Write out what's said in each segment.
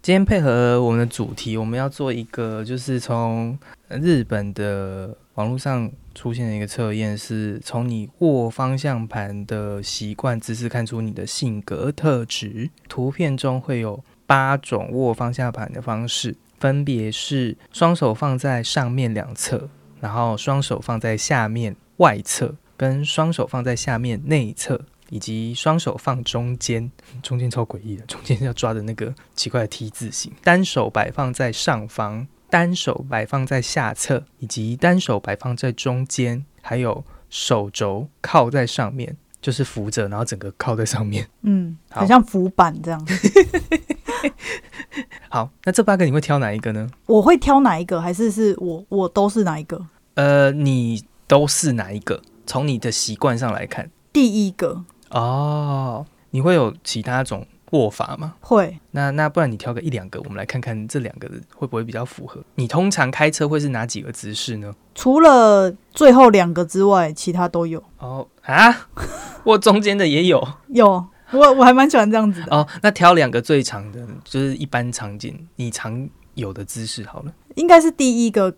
今天配合我们的主题，我们要做一个就是从日本的网络上出现的一个测验，是从你握方向盘的习惯姿势看出你的性格特质。图片中会有八种握方向盘的方式，分别是双手放在上面两侧，然后双手放在下面外侧，跟双手放在下面内侧。以及双手放中间，中间超诡异的， 中间要抓的那个奇怪的 T 字形，单手摆放在上方，单手摆放在下侧，以及单手摆放在中间，还有手肘靠在上面，就是扶着，然后整个靠在上面。 嗯，好很像浮板这样。好，那这八个你会挑哪一个呢？我会挑哪一个，还是是我我都是哪一个？呃，你都是哪一个？从你的习惯上来看，第一个哦，你会有其他种握法吗？会那那不然你挑个一两个，我们来看看这两个会不会比较符合。你通常开车会是哪几个姿势呢？除了最后两个之外，其他都有。哦啊， 我中间的也有有，我我还蛮喜欢这样子的。哦。那挑两个最长的，就是一般场景你常有的姿势好了。应该是第一个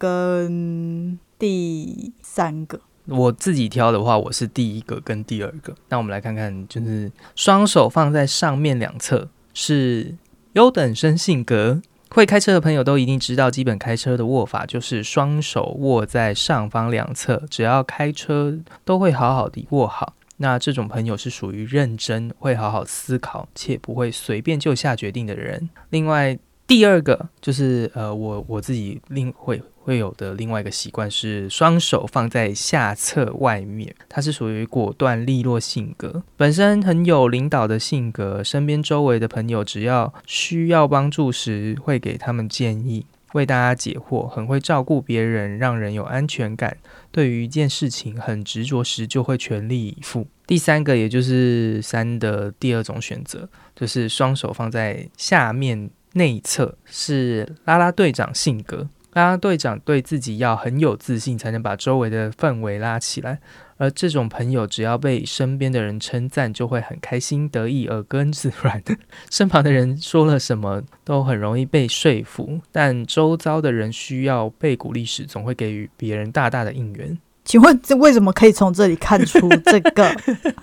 跟第三个。我自己挑的话，我是第一个跟第二个。那我们来看看，就是双手放在上面两侧是优等生性格。会开车的朋友都一定知道，基本开车的握法就是双手握在上方两侧，只要开车都会好好的握好。那这种朋友是属于认真、会好好思考且不会随便就下决定的人。另外，第二个就是呃，我我自己另会会有的另外一个习惯是双手放在下侧外面，它是属于果断利落性格，本身很有领导的性格，身边周围的朋友只要需要帮助时会给他们建议。为大家解惑，很会照顾别人，让人有安全感。对于一件事情很执着时，就会全力以赴。第三个，也就是三的第二种选择，就是双手放在下面内侧，是拉拉队长性格。拉拉队长对自己要很有自信，才能把周围的氛围拉起来。而这种朋友，只要被身边的人称赞，就会很开心、得意、耳根子软。 身旁的人说了什么，都很容易被说服。但周遭的人需要被鼓励时，总会给予别人大大的应援。请问这为什么可以从这里看出这个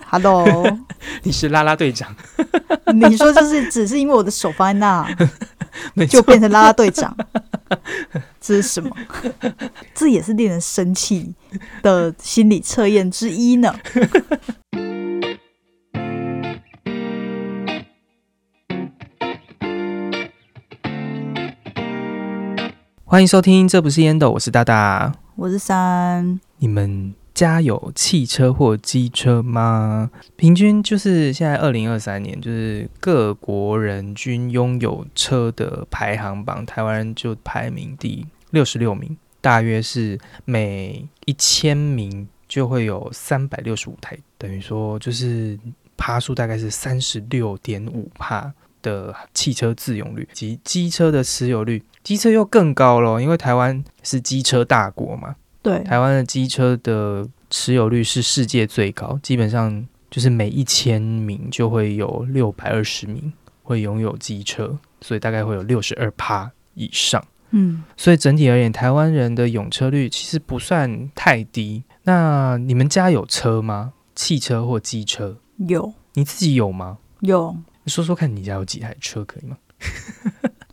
？Hello，你是拉拉队长，你说就是只是因为我的手放在那，没 就错。变成啦啦队长， 这 是什么？这也是令人生气的心理测验之一呢。欢迎收听，这不是烟斗，我是大大。我是三，你们家有汽车或机车吗？平均就是现在二零二三年，就是各国人均拥有车的排行榜，台湾人就排名第六十六名，大约是每一千名就会有三百六十五台，等于说就是趴数大概是三十六点五趴。的汽车自用率及机车的持有率，机车又更高咯，因为台湾是机车大国嘛，对，台湾的机车的持有率是世界最高，基本上就是每一千名就会有六百二十名会拥有机车，所以大概会有六十二趴以上。嗯，所以整体而言，台湾人的拥车率其实不算太低。那你们家有车吗？汽车或机车？有你自己有吗？有，你说说看你家有几台车可以吗？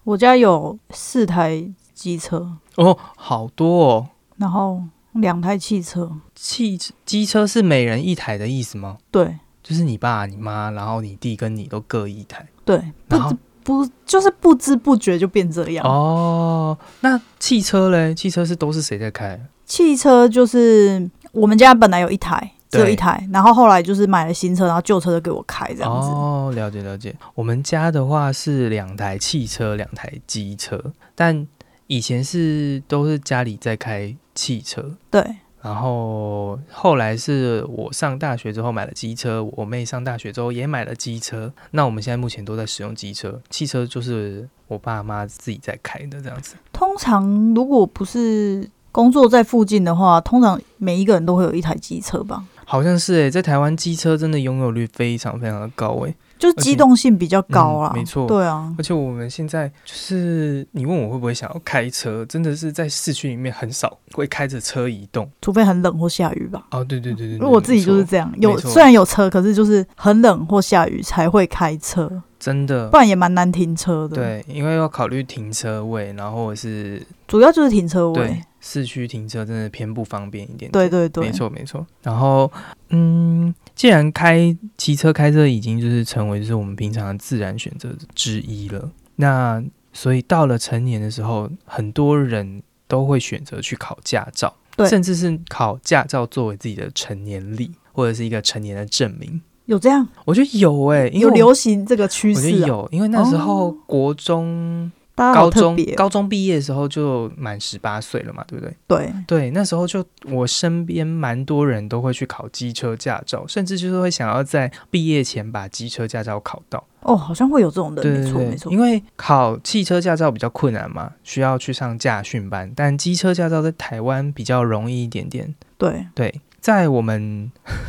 我家有四台机车，哦，好多哦！然后两台汽车，汽机车是每人一台的意思吗？对就是你爸、你妈，然后你弟跟你都各一台，对，不然后知不就是不知不觉就变这样。哦，那汽车嘞？汽车是都是谁在开？汽车就是我们家本来有一台，只有对一台，然后后来就是买了新车，然后旧车就给我开这样子。哦，了解了解。我们家的话是两台汽车，两台机车，但以前是都是家里在开汽车。对，然后后来是我上大学之后买了机车，我妹上大学之后也买了机车。那我们现在目前都在使用机车，汽车就是我爸妈自己在开的这样子。通常如果不是工作在附近的话，通常每一个人都会有一台机车吧。好像是诶、欸在台湾机车真的拥有率非常非常的高欸诶、就是机动性比较高啦，嗯没错对啊，而且我们现在就是你问我会不会想要开车，真的是在市区里面很少会开着车移动。除非很冷或下雨吧。哦，对对对对因对，为我自己就是没错这样，没有错虽然有车，可是就是很冷或下雨才会开车，真的不。然也蛮难停车的。，嗯对，因为要考虑停车位，然后或者是主要就是停车位对。市区停车真的偏不方便一点点。对对对，没错没错。然后，嗯，既然开骑车开车已经就是成为就是我们平常的自然选择之一了，那所以到了成年的时候，很多人都会选择去考驾照，对甚至是考驾照作为自己的成年礼或者是一个成年的证明。有这样我觉得有哎、因为有我流行这个趋我觉得势、啊，有，因为那时候哦国中、大家好高特中、别，高中毕业的时候就满十八岁了嘛，对不对？对，对，那时候就我身边蛮多人都会去考机车驾照，甚至就是会想要在毕业前把机车驾照考到。哦，好像会有这种人，对没对错对没，错因，为考汽车驾照比较困难嘛，需要去上驾训班，但机车驾照在台湾比较容易一点点。对，对，在我们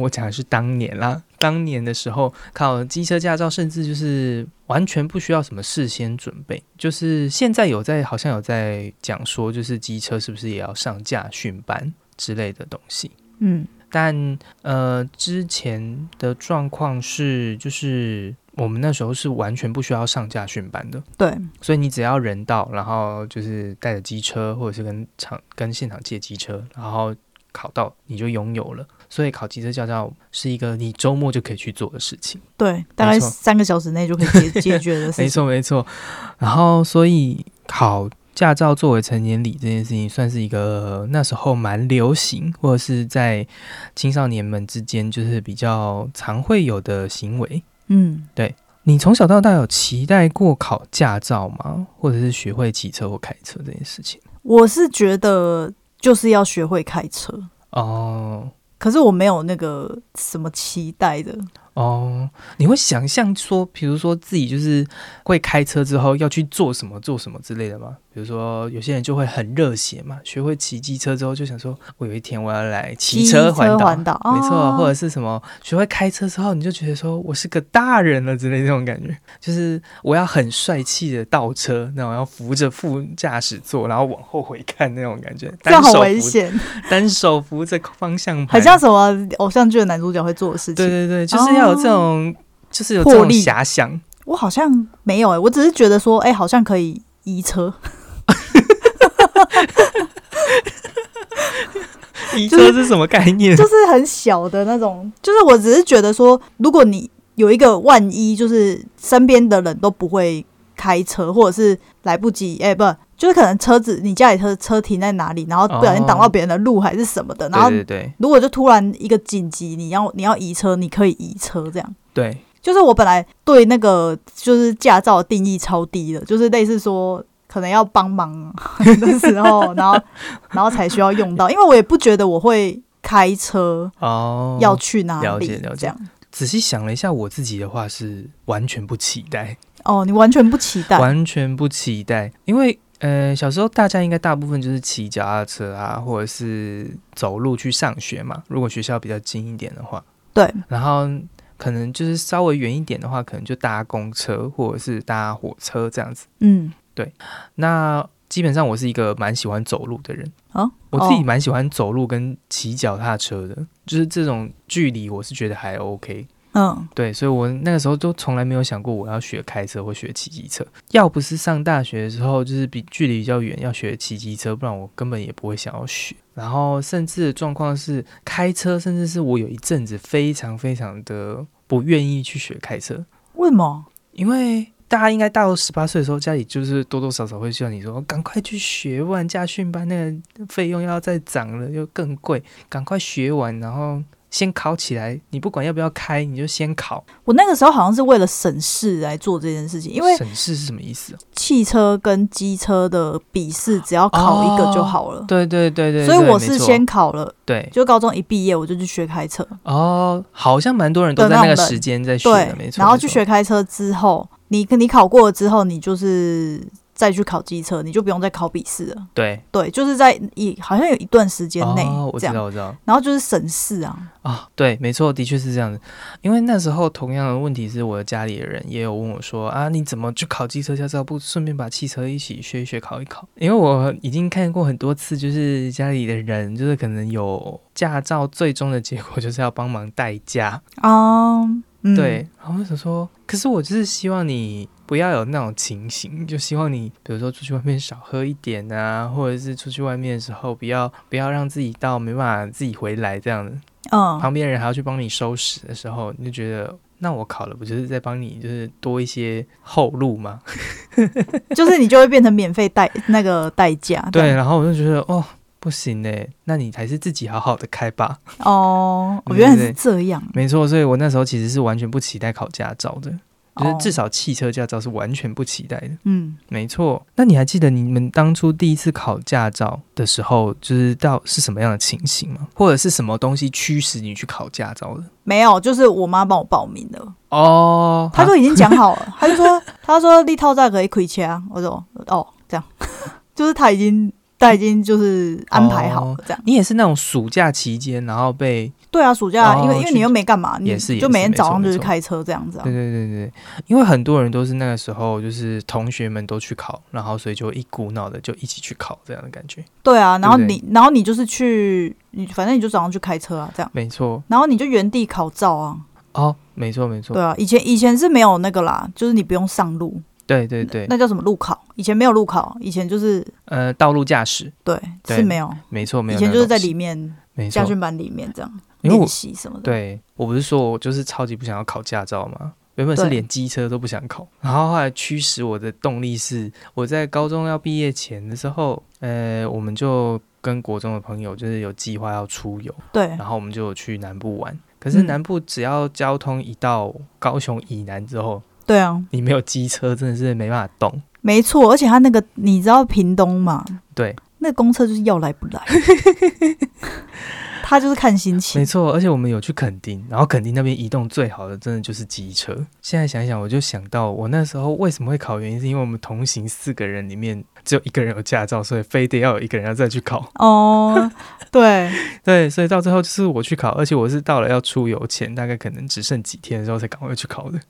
我讲的是当年啦，当年的时候考机车驾照，甚至就是完全不需要什么事先准备。就是现在有在好像有在讲说，就是机车是不是也要上驾训班之类的东西。嗯，但呃，之前的状况是，就是我们那时候是完全不需要上驾训班的，对，所以你只要人到，然后就是带着机车，或者是跟厂跟现场借机车，然后考到你就拥有了。所以考机车驾照是一个你周末就可以去做的事情。对，大概没错三个小时内就可 以解解决的没事情，错，没错。然后，所以考驾照作为成年礼这件事情，算是一个那时候蛮流行，或者是在青少年们之间就是比较常会有的行为。嗯，你从小到大有期待过考驾照吗？或者是学会骑车或开车这件事情？我是觉得就是要学会开车，哦可是我没有那个什么期待的，哦，你会想象说，比如说自己就是会开车之后要去做什么做什么之类的吗？比如说有些人就会很热血嘛，学会骑机车之后就想说，我有一天我要来骑车环岛。环岛，没错，哦或者是什么学会开车之后，你就觉得说我是个大人了之类这种感觉，就是我要很帅气的倒车，那我要扶着副驾驶座，然后往后回看那种感觉，这样单好手危扶，险，单手扶着方向盘，很像什么偶像剧的男主角会做的事对对情。对，就是要有这种，就是有这哦魄种力遐想。我好像没有哎、我只是觉得说，哎、好像可以移 车，移 就车是是什么概念？就是很小的那种，就是我只是觉得说，如果你有一个万一，就是身边的人都不会开车，或者是来不及，哎、不，就是可能车子你家里车车停在哪里，然后不小心挡哦到别人的路还是什么的，然后对对对如果就突然一个紧急，你要你要移车，你可以移车这样。对，就是我本来对那个就是驾照的定义超低的，就是类似说可能要帮 忙的时候，然后然后才需要用到，因为我也不觉得我会开车哦，要去哪里，了解了解这样仔细想了一下，我自己的话是完全不期待，哦，你完全不期待，完全不期待，因为。呃，小时候大家应该大部分就是骑脚踏车啊，或者是走路去上学嘛。如果学校比较近一点的话，对然后可能就是稍微远一点的话，可能就搭公车或者是搭火车这样子。嗯，那基本上我是一个蛮喜欢走路的人哦，我自己哦蛮喜欢走路跟骑脚踏车的，就是这种距离我是觉得还 OK。嗯，对，所以我那个时候都从来没有想过我要学开车或学骑机车。要不是上大学的时候，就是比距离比较远要学骑机车，不然我根本也不会想要学。然后甚至的状况是开车，甚至是我有一阵子非常非常的不愿意去学开车，为什么？因为大家应该到十八岁的时候，家里就是多多少少会希望你说，哦赶快去学，不然驾训班那个费用要再涨了，又更贵，赶快学完，然后先考起来。你不管要不要开，你就先考。我那个时候好像是为了省事来做这件事情，因为省事是什么意思啊？汽车跟机车的笔试只要考一个就好了，对对对对，所以对我没是错先考了，对就高中一毕业我就去学开车，哦，好像蛮多人都对在那那个种人时间在学对的，没，错。然后没去错学开车之后，你你考过了之后，你就是再去考机车，你就不用再考笔试了。对，对，就是在一好像有一段时间内哦，我知这样，道，我知道然后就是省事啊。啊，对，没错，的确是这样子。因为那时候同样的问题是我的家里的人也有问我说啊，你怎么去考机车驾照，不顺便把汽车一起学一学，考一考？因为我已经看过很多次，就是家里的人就是可能有驾照，最终的结果就是要帮忙代驾。啊、嗯，对，然后我想说，可是我就是希望你不要有那种情形，就希望你比如说出去外面少喝一点啊，或者是出去外面的时候不要不要让自己到没办法自己回来这样的，嗯，旁边人还要去帮你收拾的时候，你就觉得。那我考了，不就是在帮你，就是多一些后路 吗？就是你就会变成免费代那个代驾。对，，然后我就觉得哦，不行嘞，那你还是自己好好的开 吧。哦，我对原来对是这样。没错，所以我那时候其实是完全不期待考驾照的，就是哦至少汽车驾照是完全不期待的。嗯，没错，那你还记得你们当初第一次考驾照的时候，就是到是什么样的情形吗？或者是什么东西驱使你去考驾照的？没有，就是我妈帮我报名的，哦，她就已经讲好 了，她就说，她说立套在可以亏钱啊，我说哦，这样， 就是她已经，她已经就是安排好了哦这样。你也是那种暑假期间，然后被对啊，暑假、哦因为因为去你又没干嘛，你也是也就是每天没错早上就是没错开车这样子啊对。对对对，因为很多人都是那个时候，就是同学们都去考，然后所以就一股脑的就一起去考这样的感觉。对啊，然后对不你对然后你就是去，你反正你就早上去开车啊，这样，没错，然后你就原地考照啊。哦，没错没错，对啊，以前以前是没有那个啦，就是你不用上路，对对对，那叫什么路考？以前没有路考，以前就是呃，道路驾驶，对对是没有，没错没以有，前就是在，里面没家错，训班里面这样因为我练习什么的。，对我不是说我就是超级不想要考驾照吗？原本是对连机车都不想考，然后后来驱使我的动力是我在高中要毕业前的时候，呃，我们就跟国中的朋友就是有计划要出游，对然后我们就有去南部玩。可是嗯南部只要交通一到高雄以南之后，对啊，你没有机车真的是没办法动。没错，而且他那个你知道屏东嘛，对，那公车就是要来不 来，他就是看心情没。错，而且我们有去垦丁，然后垦丁那边移动最好的真的就是机车。现在想一想，我就想到我那时候为什么会考，原因是因为我们同行四个人里面只有一个人有驾照，所以非得要有一个人要再去考。 哦，对，对，所以到最后就是我去考，而且我是到了要出游前，大概可能只剩几天的时候才赶快去考的。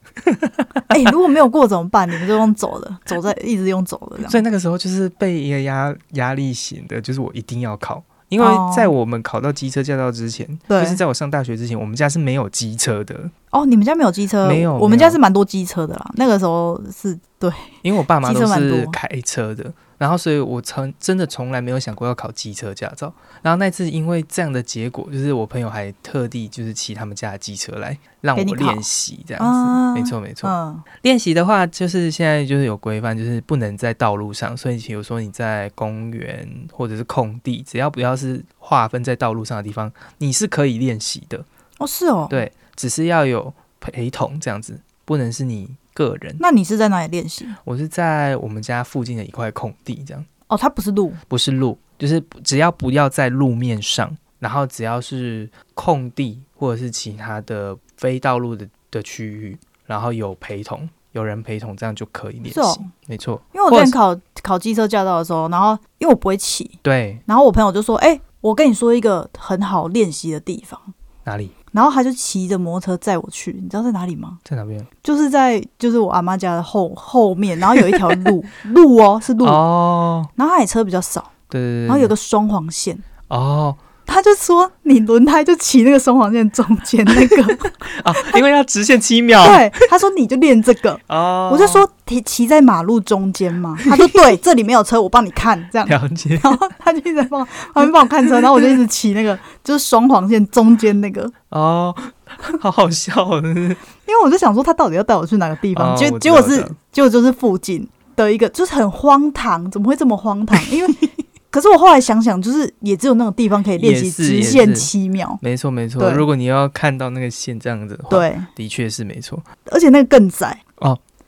哎、如果没有过怎么办？你们就用走的，走在一直用走的这样。所以那个时候就是被一个压压力型的，就是我一定要考。因为哦在我们考到机车驾照之前，对就是在我上大学之前，我们家是没有机车的，哦，你们家没有机车？没有我们没有家是蛮多机车的啦。那个时候是对，因为我爸妈机都车蛮是多开车的，然后所以我从真的从来没有想过要考机车驾照。然后那次因为这样的结果，就是我朋友还特地就是骑他们家的机车来让给你我考练习这样啊子。没错没错，嗯，练习的话就是现在就是有规范，就是不能在道路上，所以比如说你在公园或者是空地，只要不要是划分在道路上的地方，你是可以练习的。哦是哦，对只是要有陪同这样子，不能是你个人。那你是在哪里练习？我是在我们家附近的一块空地，这样哦，它不是路不是路，就是只要不要在路面上，然后只要是空地或者是其他的非道路的的区域，然后有陪同，有人陪同，这样就可以练习。是哦没错，因为我或之者前是考考机车驾照的时候，然后因为我不会骑，对，然后我朋友就说：“哎、我跟你说一个很好练习的地方。哪里”然后他就骑着摩托车载我去，你知道在哪里吗？在哪边？就是在就是我阿妈家的后后面，然后有一条路 路哦是路，哦，然后他也车比较少，对对对，然后有对个双黄线，哦他就说你轮胎就骑那个双黄线中间那 个，啊，因为要直线七秒对，他说你就练这个，哦，我就说骑骑在马路中间嘛，他 说对，这里没有车，我帮你看这样。了解，然后他就一直在帮旁边帮我看车，然后我就一直骑那个就是双黄线中间那个，哦， 好好笑哦， 真是因为我就想说他到底要带我去哪个地方，哦结我知结道果我知是道结果就是附近的一个，就是很荒唐，怎么会这么荒唐？因为可是我后来想想，就是也只有那种地方可以练习也是直也线是七秒，没错没错。对如果你要看到那个线这样子的话，，对，的确是没错，而且那个更窄，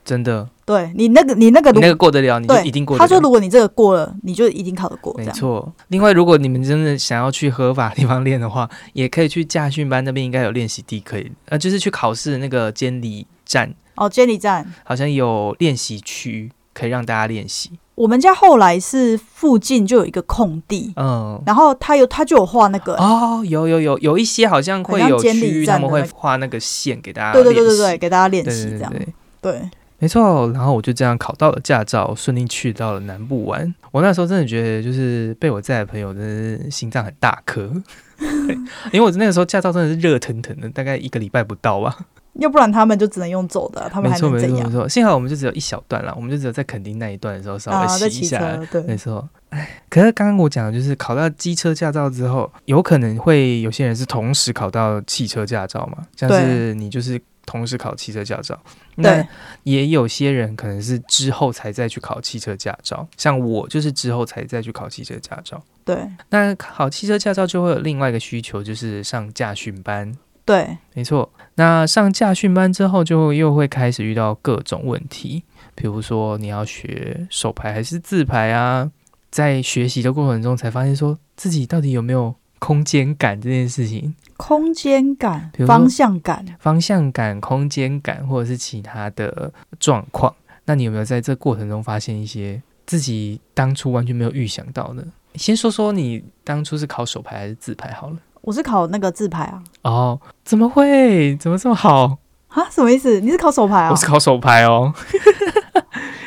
真的，对你那个你那个你如那个过得了，你就对一定过得他了。说如果你这个过了，你就一定考得过，这没样错。另外，如果你们真的想要去合法的地方练的话， 也可以去驾训班那边，应该有练习地可以，呃，就是去考试的那个监理站，哦，监理站。好像有练习区可以让大家练习。我们家后来是附近就有一个空地，嗯，然后他有他就有画那个、哦，有有有有一些好像会好像有监区理域，他站们的会那个画那个线给大家对对对练对习对，给大家练对习对这样对。对对，没错，然后我就这样考到了驾照，顺利去到了南部玩。我那时候真的觉得，就是被我载的朋友真的是心脏很大颗， 对因为我那个时候驾照真的是热腾腾的，大概一个礼拜不到吧。要不然他们就只能用走的，啊他们没还错能没怎错没样错，幸好我们就只有一小段啦，我们就只有在垦丁那一段的时候稍微啊？在洗一骑下。车，对没，错，哎，可是刚刚我讲的就是考到机车驾照之后，有可能会有些人是同时考到汽车驾照嘛，像对是你就是同时考汽车驾照，那对也有些人可能是之后才再去考汽车驾照，像我就是之后才再去考汽车驾照。对那考汽车驾照就会有另外一个需求，就是上驾训班。对，没错，那上驾训班之后，就又会开始遇到各种问题，比如说你要学手牌还是自牌啊，在学习的过程中才发现说自己到底有没有空间感这件事情，空间感比、如说方向感，方向感、空间感或者是其他的状况，那你有没有在这过程中发现一些自己当初完全没有预想到的？先说说你当初是考手牌还是自牌好了。我是考那个自排啊。哦，怎么会？怎么这么好？啊，什么意思？你是考手牌啊我？是考手牌 哦。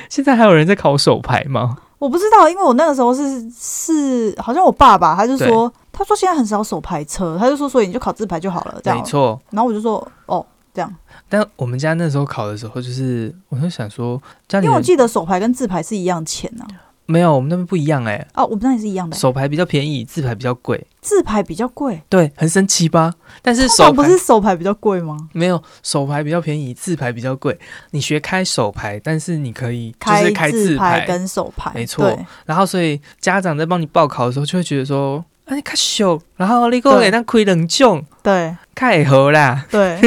现在还有人在考手牌吗？我不知道，因为我那个时候是是，好像我爸爸他就对说，他说现在很少手排车，他就说，所以你就考自排就好了，这样。没错，然后我就说，哦，这样，但我们家那时候考的时候，就是我就想说，家里因为我人记得手排跟自排是一样钱呢、没有，我们那边不一样哎、啊。哦，我们那也是一样的，手牌比较便宜，字牌比较贵，自排比较贵，对，很神奇吧？但是通手常不牌是手排比较贵吗？没有，手牌比较便宜，字牌比较贵。你学开手牌，但是你可以就是开自字排跟手排，没错对然后所以家长在帮你报考的时候，就会觉得说，啊，你看秀，然后你个对给他亏冷重，对太好啦。 对，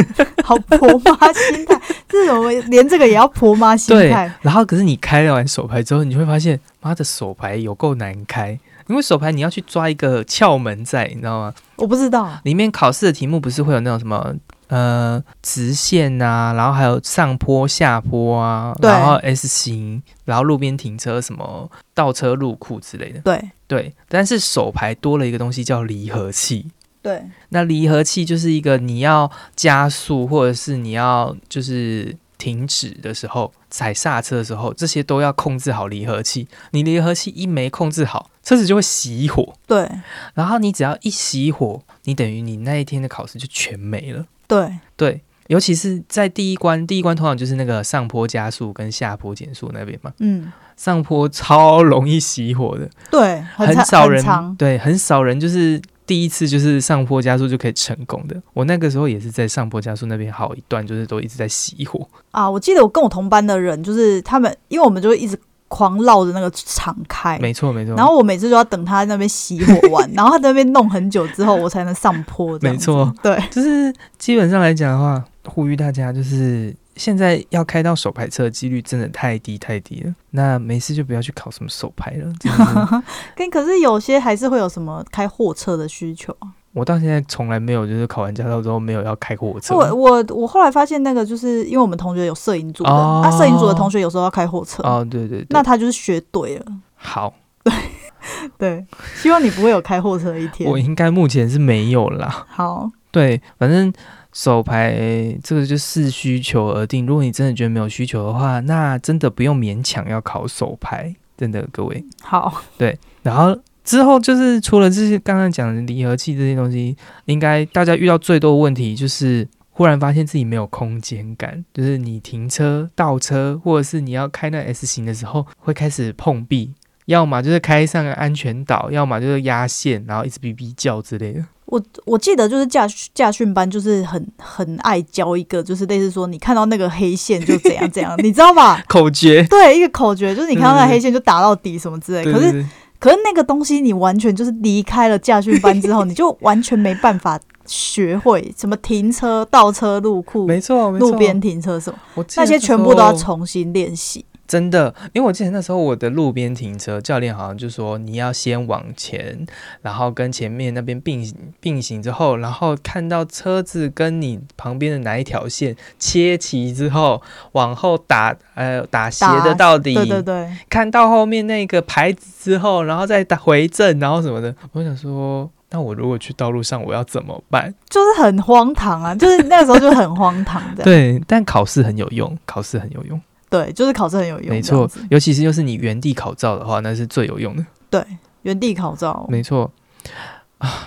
好婆妈心态，这种连这个也要婆妈心对态，然后可是你开了完手牌之后，你就会发现，妈的手牌有够难开，因为手牌你要去抓一个窍门在，你知道吗？我不知道，里面考试的题目不是会有那种什么呃直线啊，然后还有上坡、下坡啊，对然后 S 型，然后路边停车什么倒车入库之类的。对对，但是手牌多了一个东西叫离合器。对那离合器就是一个你要加速或者是你要就是停止的时候踩刹车的时候，这些都要控制好离合器。你离合器一没控制好，车子就会熄火。对然后你只要一熄火，你等于你那一天的考试就全没了。对对，尤其是在第一关，第一关通常就是那个上坡加速跟下坡减速那边嘛，嗯，上坡超容易熄火的，对，很长少很人长，对很少人就是第一次就是上坡加速就可以成功的。我那个时候也是在上坡加速那边好一段，就是都一直在熄火。啊，我记得我跟我同班的人，就是他们，因为我们就会一直狂绕着那个场开，没错没错，哎然后我每次都要等他在那边熄火完， 然后他在那边弄很久之后，我才能上坡。这样没错，对，就是基本上来讲的话，呼吁大家就是。现在要开到手牌车的几率真的太低太低了，那没事就不要去考什么手牌了。真的 是跟可是有些还是会有什么开货车的需求啊。我到现在从来没有就是考完驾照之后没有要开货车。我我我后来发现那个就是因为我们同学有摄影组的，哦啊，摄影组的同学有时候要开货车，哦，对对对，那他就是学对了。好，对， 希望你不会有开货车的一天我。应该目前是没有啦。好，对，反正手牌这个就视需求而定。如果你真的觉得没有需求的话，那真的不用勉强要考手牌，真的各位。好，然后之后就是除了这些刚刚讲的离合器这些东西，应该大家遇到最多的问题就是。忽然发现自己没有空间感，就是你停车、倒车， 或者是你要开那 S 型的时候，会开始碰壁，要么就是开上个安全岛，要么就是压线，然后一直哔哔叫之类的。我我记得就是驾驾训班就是很很爱教一个，就是类似说你看到那个黑线就怎样怎 样，你知道吧？口诀，对，一个口诀就是你看到对对那对黑线就打到底什么之类。对可是对对可是那个东西，你完全就是离开了驾训班之后，你就完全没办法学会什么停车、倒车入库、没错，没错路边停车什么，我记得那些时全部都要候重新练习。真的，因为我记得那时候我的路边停车，教练好像就说你要先往前，然后跟前面那边并行并行之后，然后看到车子跟你旁边的哪一条线切齐之后，往后打呃打斜的打到底，对对对，看到后面那个牌子之后，然后再打回正，然后什么的。我想说，那我如果去道路上，我要怎么办？就是很荒唐啊， 就是那个时候就很荒唐的，对，但考试很有用，考试很有用，对，就是考试很有用，没错，。尤其是就是你原地考照的话，那是最有用的，原地考照没错。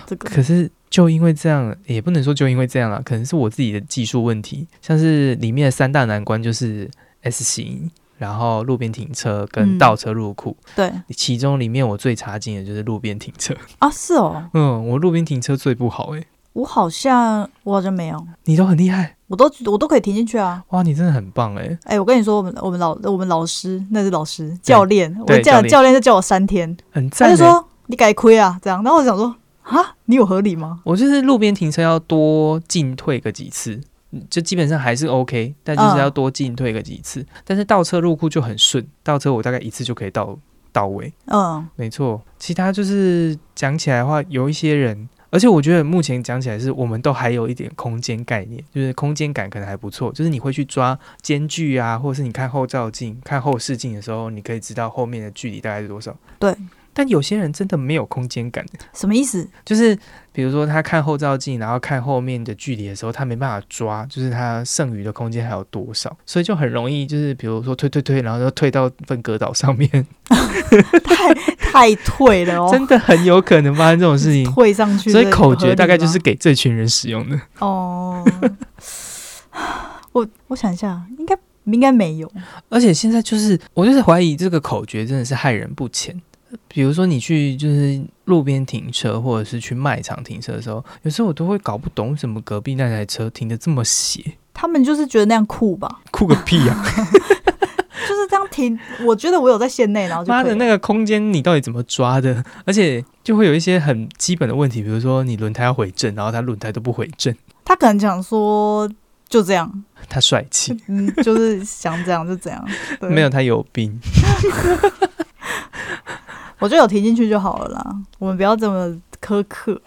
这个可是就因为这样，也不能说就因为这样啦，可能是我自己的技术问题。像是里面的三大难关就是 S 型，然后路边停车跟嗯倒车入库，对其中里面我最差劲的就是路边停车。啊，是哦，嗯，我路边停车最不好诶、欸我好像我好像没有，你都很厉害。我都我都可以停进去啊。哇，你真的很棒哎！哎、我跟你说，我们我们老我们老师那是老师教练，我对教叫练教练就叫我三天，很他赞就欸。说你改亏啊这样，然后我就想说啊，你有合理吗？我就是路边停车要多进退个几次，嗯就基本上还是 OK，但就是要多进退个几次。但是倒车入库就很顺，倒车我大概一次就可以到到位。嗯，没错，其他就是讲起来的话，有一些人，而且我觉得目前讲起来是我们都还有一点空间概念，就是空间感可能还不错，就是你会去抓间距啊，或者是你看后照镜、看后视镜的时候，你可以知道后面的距离大概是多少。对，但有些人真的没有空间感，什么意思？就是比如说他看后照镜，然后看后面的距离的时候，他没办法抓，就是他剩余的空间还有多少，所以就很容易就是比如说推推推，然后就退到分隔岛上面，太 太退了 哦，真的很有可能发生这种 事情。退上去，所以这有口合诀理啊大概就吗是给这群人使用的。 哦，我我想一下，应该应该没有，而且现在就是，我就是怀疑这个口诀真的是害人不浅。比如说你去就是路边停车，或者是去卖场停车的时候，有时候我都会搞不懂为什么隔壁那台车停的这么 斜，他们就是觉得那样酷吧，酷个屁呀、就是这样停。我觉得我有在线内，然哦后就妈可的，以那了。个空间你到底怎么抓的？ 而且就会有一些很基本的问题，比如说你轮胎要回正，然后他轮胎都不回正， 他可能想说就这样，他帅气，嗯，就是想这样就这样。对没有，他有病。 我觉得有停进去就好了啦。我们不要这么苛刻。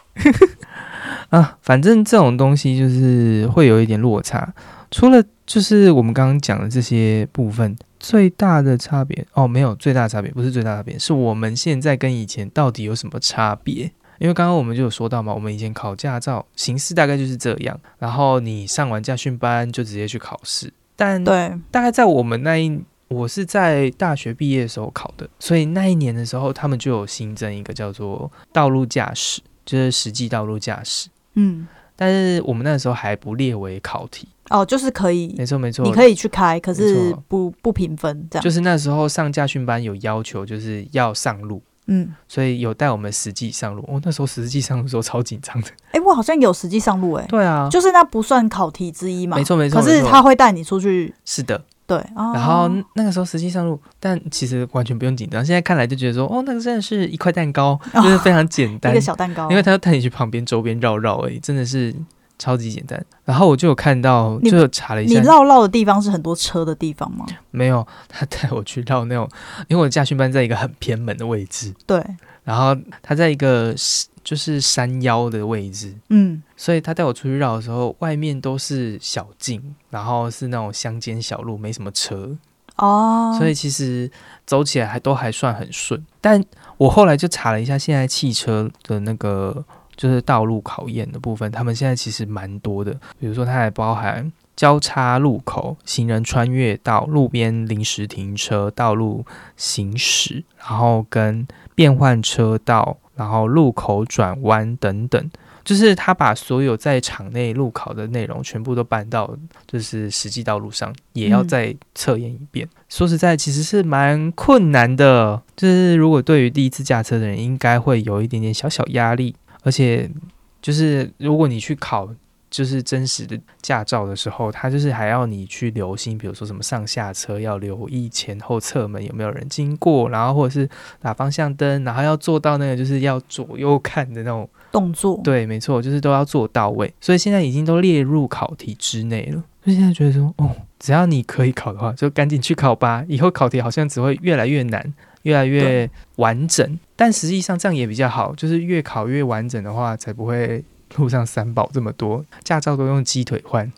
啊，反正这种东西就是会有一点落差。除了就是我们刚刚讲的这些部分，最大的差别哦，没有最大的差别，不是最大的差别，是我们现在跟以前到底有什么差别？因为刚刚我们就有说到嘛，我们以前考驾照形式大概就是这样，然后你上完驾训班就直接去考试。但对，大概在我们那一，我是在大学毕业的时候考的，所以那一年的时候，他们就有新增一个叫做道路驾驶，就是实际道路驾驶。嗯，但是我们那时候还不列为考题，哦，就是可以，没错没错，你可以去开，可没是错不不评分这样。就是那时候上驾训班有要求，就是要上路，嗯，所以有带我们实际上路。哦，那时候实际上路的时候超紧张的，哎，我好像有实际上路，哎，对啊，就是那不算考题之一嘛。没错没错可是没错他会带你出去，是的。对。哦然后那个时候实际上路，但其实完全不用紧张。现在看来就觉得说，哦，那个真的是一块蛋糕，就是非常简单哦 一个，小蛋糕，因为他要带你去旁边周边绕绕而已，真的是超级简单。然后我就有看到，你就有查了一你下，绕绕的地方是很多车的地方吗？没有他带我去绕那种，因为我的驾训班在一个很偏门的位置，对，然后他在一个是就是山腰的位置，嗯，所以他带我出去绕的时候，外面都是小径，然后是那种乡间小路，没什么车，哦，所以其实走起来还都还算很顺。但我后来就查了一下，现在汽车的那个就是道路考验的部分，他们现在其实蛮多的，比如说它还包含。交叉路口、行人穿越道、路边临时停车、道路行驶，然后跟变换车道，然后路口转弯等等，就是他把所有在场内路考的内容全部都搬到就是实际道路上，也要嗯再测验一遍。说实在，其实是蛮困难的，就是如果对于第一次驾车的人，应该会有一点点小小压力，而且就是如果你去考。就是真实的驾照的时候，他就是还要你去留心，比如说什么上下车要留意前后侧门有没有人经过，然后或者是打方向灯，然后要做到那个就是要左右看的那种。动作，对，没错，就是都要做到位，所以现在已经都列入考题之内了。所以现在觉得说，哦，只要你可以考的话，就赶紧去考吧。以后考题好像只会越来越难，越来越完整。但实际上这样也比较好，就是越考越完整的话，才不会路上三宝这么多，驾照都用鸡腿换。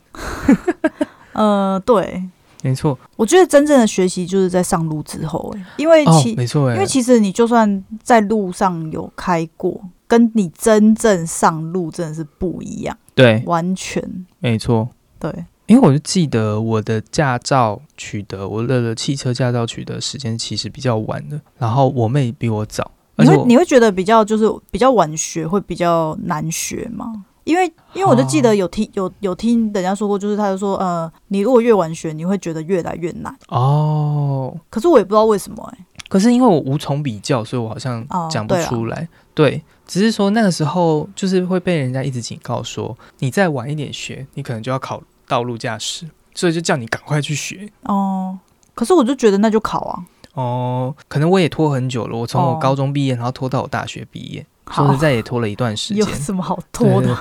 呃，对，没错，我觉得真正的学习就是在上路之后、欸，因为哦其、，没错，因哎为，其实你就算在路上有开过，跟你真正上路真的是不一样，对，完全没错。对。因为我就记得我的驾照取得，我的汽车驾照取得时间其实比较晚的，然后我妹比我早，而你且会我你会觉得比较就是比较晚学会比较难学吗？因为因为我就记啊得有听有有听人家说过，就是他就说呃，你如果越晚学，你会觉得越来越难。哦，可是我也不知道为什么哎、可是因为我无从比较，所以我好像哦讲不对啊出来。对，只是说那个时候就是会被人家一直警告说，你再晚一点学，你可能就要考道路驾驶，所以就叫你赶快去学。哦、可是我就觉得那就考啊，哦，可能我也拖很久了，我从我哦高中毕业，然后拖到我大学毕业，说好实，在也拖了一段时间 有。什么好拖对的？，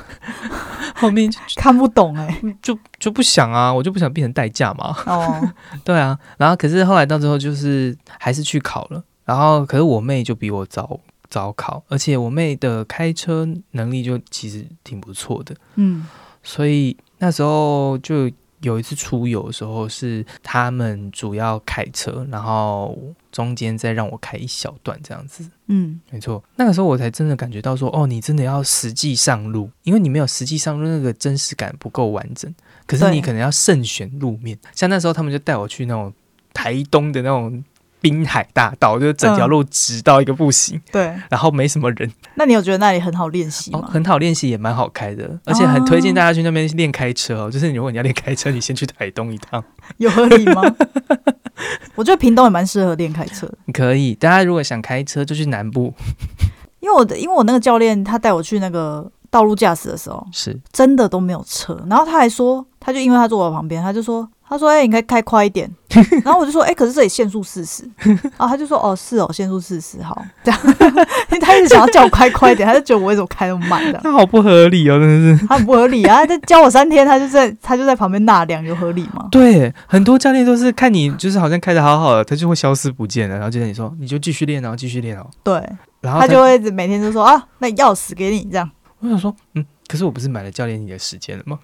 后面就看不懂哎、就就不想啊，我就不想变成代驾嘛。 哦，对啊，然后可是后来到最后就是还是去考了，然后可是我妹就比我早早考，而且我妹的开车能力就其实挺不错的，嗯，所以那时候就有一次出游的时候是他们主要开车，然后中间再让我开一小段这样子。嗯，没错，那个时候我才真的感觉到说，哦，你真的要实际上路，因为你没有实际上路，那个真实感不够完整。可是对你可能要慎选路面，像那时候他们就带我去那种台东的那种滨海大道，就是整条路直到一个不行，对。然后没什么人，那你有觉得那里很好练习嗯哦，吗？很好练习，也蛮好开的，哦而且很推荐大家去那边练开车哦。就是如果你要练开车，你先去台东一趟，有合理 吗？我觉得屏东也蛮适合练开车的，你可以。大家如果想开车，就去南部，因为我的因为我那个教练他带我去那个道路驾驶的时候，是真的都没有车，然后他还说，他就因为他坐我旁边，他就说。他说：“哎、你可以开快 一点。”然后我就说：“哎、可是这里限速四十。”然后他就说：“哦，是哦，限速四十，好。”这样， 因为他一直想要叫我开快一点，他就觉得我为什么开那么慢这样。那好不合理哦，真的是。他很不合理啊！他教我三天，他就在他就在旁边纳凉，有合理吗？对，很多教练都是看你就是好像开的好好的，他就会消失不见了，然后就跟你说你就继续练哦，继续练哦，对，然后他就会一直每天都说啊，那钥匙给你这样。我想说，嗯，可是我不是买了教练你的时间了吗？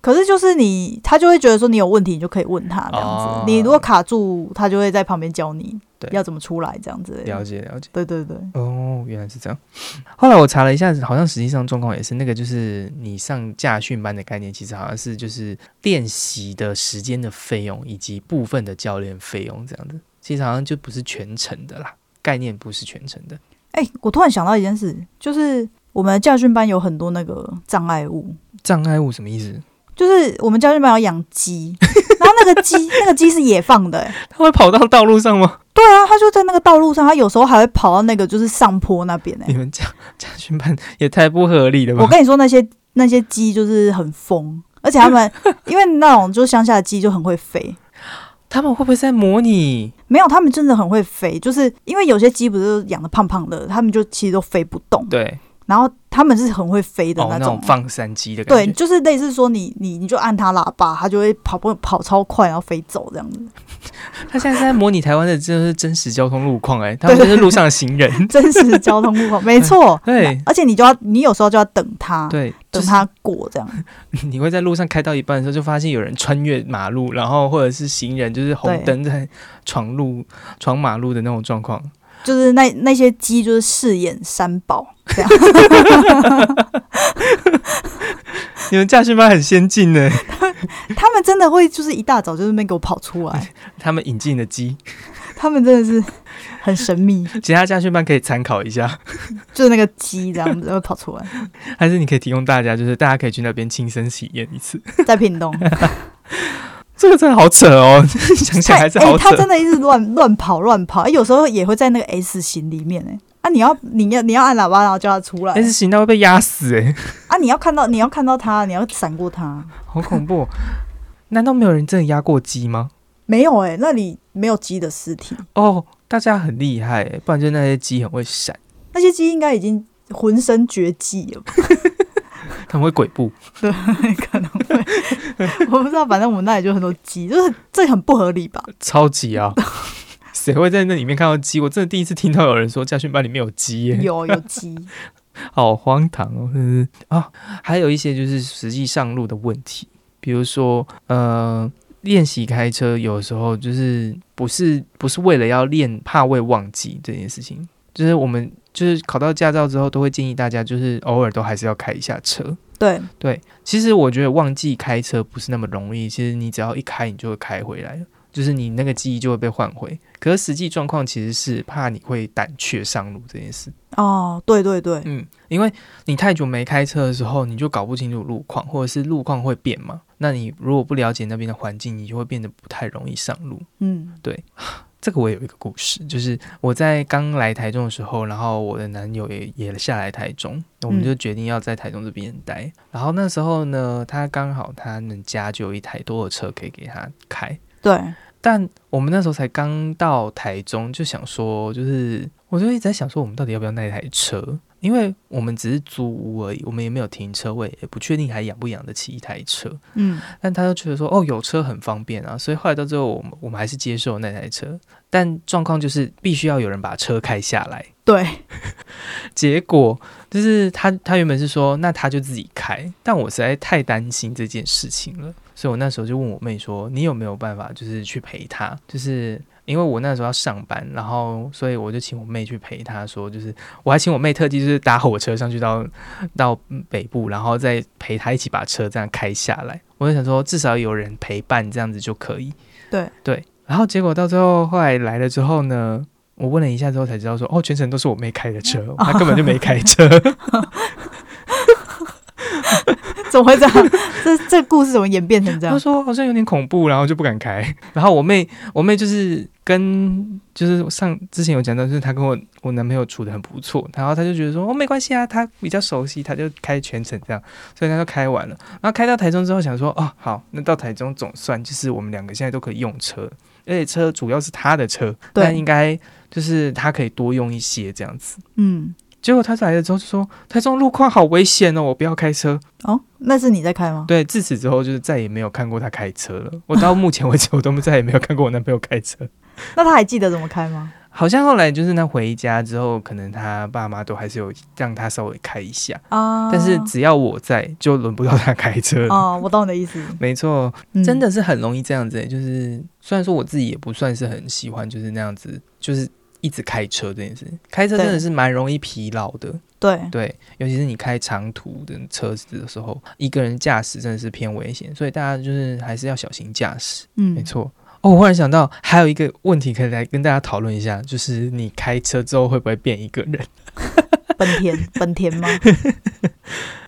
可是就是你，他就会觉得说你有问题，你就可以问他这样子。哦你如果卡住，他就会在旁边教你对要怎么出来这样子。了解了解。对对对，哦，原来是这 样。后来我查了一下，好像实际上状况也是那个，就是你上驾训班的概念，其实好像是就是练习的时间的费用以及部分的教练费用这样子，其实好像就不是全程的啦，概念不是全程的。哎、我突然想到一件事，就是我们的驾训班有很多那个障碍物，障碍物什么意思？就是我们驾训班要养鸡，然后那个鸡那个鸡是野放的、哎它会跑到道路上吗？对啊，它就在那个道路上，它有时候还会跑到那个就是上坡那边哎、 你们家家训班也太不合理了吧？我跟你说，那些那些鸡就是很疯，而且他们因为那种就是乡下的鸡就很会飞，他们会不会在模拟？没有，他们真的很会飞，就是因为有些鸡不是养的胖胖的，他们就其实都飞不动，对，然后他们是很会飞的哦，那种。种放山鸡的感对，觉。就是类似说你你你就按它喇叭，它就会跑跑跑超快，然后飞走这样子。 他现在是在模拟台湾的，真的是真实交通路况哎、他们就是路上的行 人。真实的交通 路况，没错。对而且你就要你有时候就要等它，对，就等是它过这样。 你会在路上开到一半的时候，就发现有人穿越马路，然后或者是行人就是红对灯在闯路、闯马路的那种状况。就是那那些鸡就是饰演三宝这样。你们驾训班很先进呢、 他们真的会就是一大早就在那边给我跑出 来，他们引进的鸡，他们真的是很神秘，其他驾训班可以参考一下，就是那个鸡这样子会跑出来，还是你可以提供大家，就是大家可以去那边亲身体验一次。在 屏东。这个真的好扯哦， 想想还是哎好扯。他真的一直乱乱跑乱跑、哎有时候也会在那个 S 型里面哎、啊你要你要你要按喇叭然后叫他出来 S 型他会被压死哎、啊你要看到你要看到他，你要闪过他。 好恐怖！难道没有人真的压过鸡吗？没有哎、那里没有鸡的尸体，哦，大家很厉害欸，不然就那些鸡很会闪，那些鸡应该已经 浑身绝技了吧，很会鬼步。可能会 我不知道，反正我们那里就很多鸡，就是这很不合理吧？超级啊！ 谁会在那里面看到鸡？我真的第一次听到有人说家训班里面有鸡耶，有有鸡，好荒唐哦！真是啊，还有一些就是实际上路的问题，比如说呃，练习开车有时候就是不是不是为了要练怕会忘记这件事情，就是我们就是考到驾照之后都会建议大家就是偶尔都还是要开一下车，对，对，其实我觉得忘记开车不是那么容易，其实你只要一开，你就会开回来了，就是你那个记忆就会被换回。可是实际状况其实是怕你会胆怯上路这件事，哦，对对对，嗯，因为你太久没开车的时候，你就搞不清楚路况，或者是路况会变嘛。那你如果不了解那边的环境，你就会变得不太容易上路。嗯，这个我有一个故事，就是我在刚来台中的时候，然后我的男友也也下来台中，我们就决定要在台中这边待。然后那时候呢，他刚好他们家就有一台多的车可以给他开，对，但我们那时候才刚到台中，就想说，就是我就一直在想说，我们到底要不要那台车？因为我们只是租屋而已，我们也没有停车位，也不确定还养不养得起一台车。嗯，但他就觉得说，哦，有车很方便啊，所以后来到最后，我们我们还是接受那台车，但状况就是必须要有人把车开下来。对， 结果就是他他原本是说，那他就自己开，但我实在太担心这件事情了，所以我那时候就问我妹说，你有没有办法就是去陪他？就是因为我那时候要上班，然后所以我就请我妹去陪他说，就是我还请我妹特地就是搭火车上去到到北部，然后再陪他一起把车这样开下来。我就想说，至少有人陪伴这样子就可以。对对，然后结果到最后后来来了之后呢，我问了一下之后才知道说，哦，全程都是我妹开的车，她根本就没开车。怎么会这样？ 这这故事怎么演变成这他样？说好像有点恐怖，然后就不敢开。然后我妹，我妹就是跟就是上之前有讲到，就是她跟我我男朋友处的很不错，然后她就觉得说哦没关系啊，她比较熟悉，她就开全程这样，所以她就开完了。然后开到台中之后，想说哦好，那到台中总算就是我们两个现在都可以用车，而且车主要是她的车，对那应该就是她可以多用一些这样子。嗯，结果她来了之后就说台中路况好危险哦，我不要开车。哦，那是你在开吗？对，自此之后就是再也没有看过他开车 了。我到目前为止，我都再也没有看过我男朋友开车。那他还记得怎么开吗？好像后来就是他回家之后，可能他爸妈都还是有让他稍微开一下，啊，但是只要我在，就轮不到他开车了。哦，我懂你的意思，没错，嗯真的是很容易这样子、欸就是虽然说我自己也不算是很喜欢，就是那样子，就是一直开车这件事。开车真的对是蛮容易疲劳的。对对，尤其是你开长途的车子的时候，一个人驾驶真的是偏危险，所以大家就是还是要小心驾驶。嗯，没错。哦，我忽然想到，还有一个问题可以来跟大家讨论一下，就是你开车之后会不会变一个人？本田，本田吗？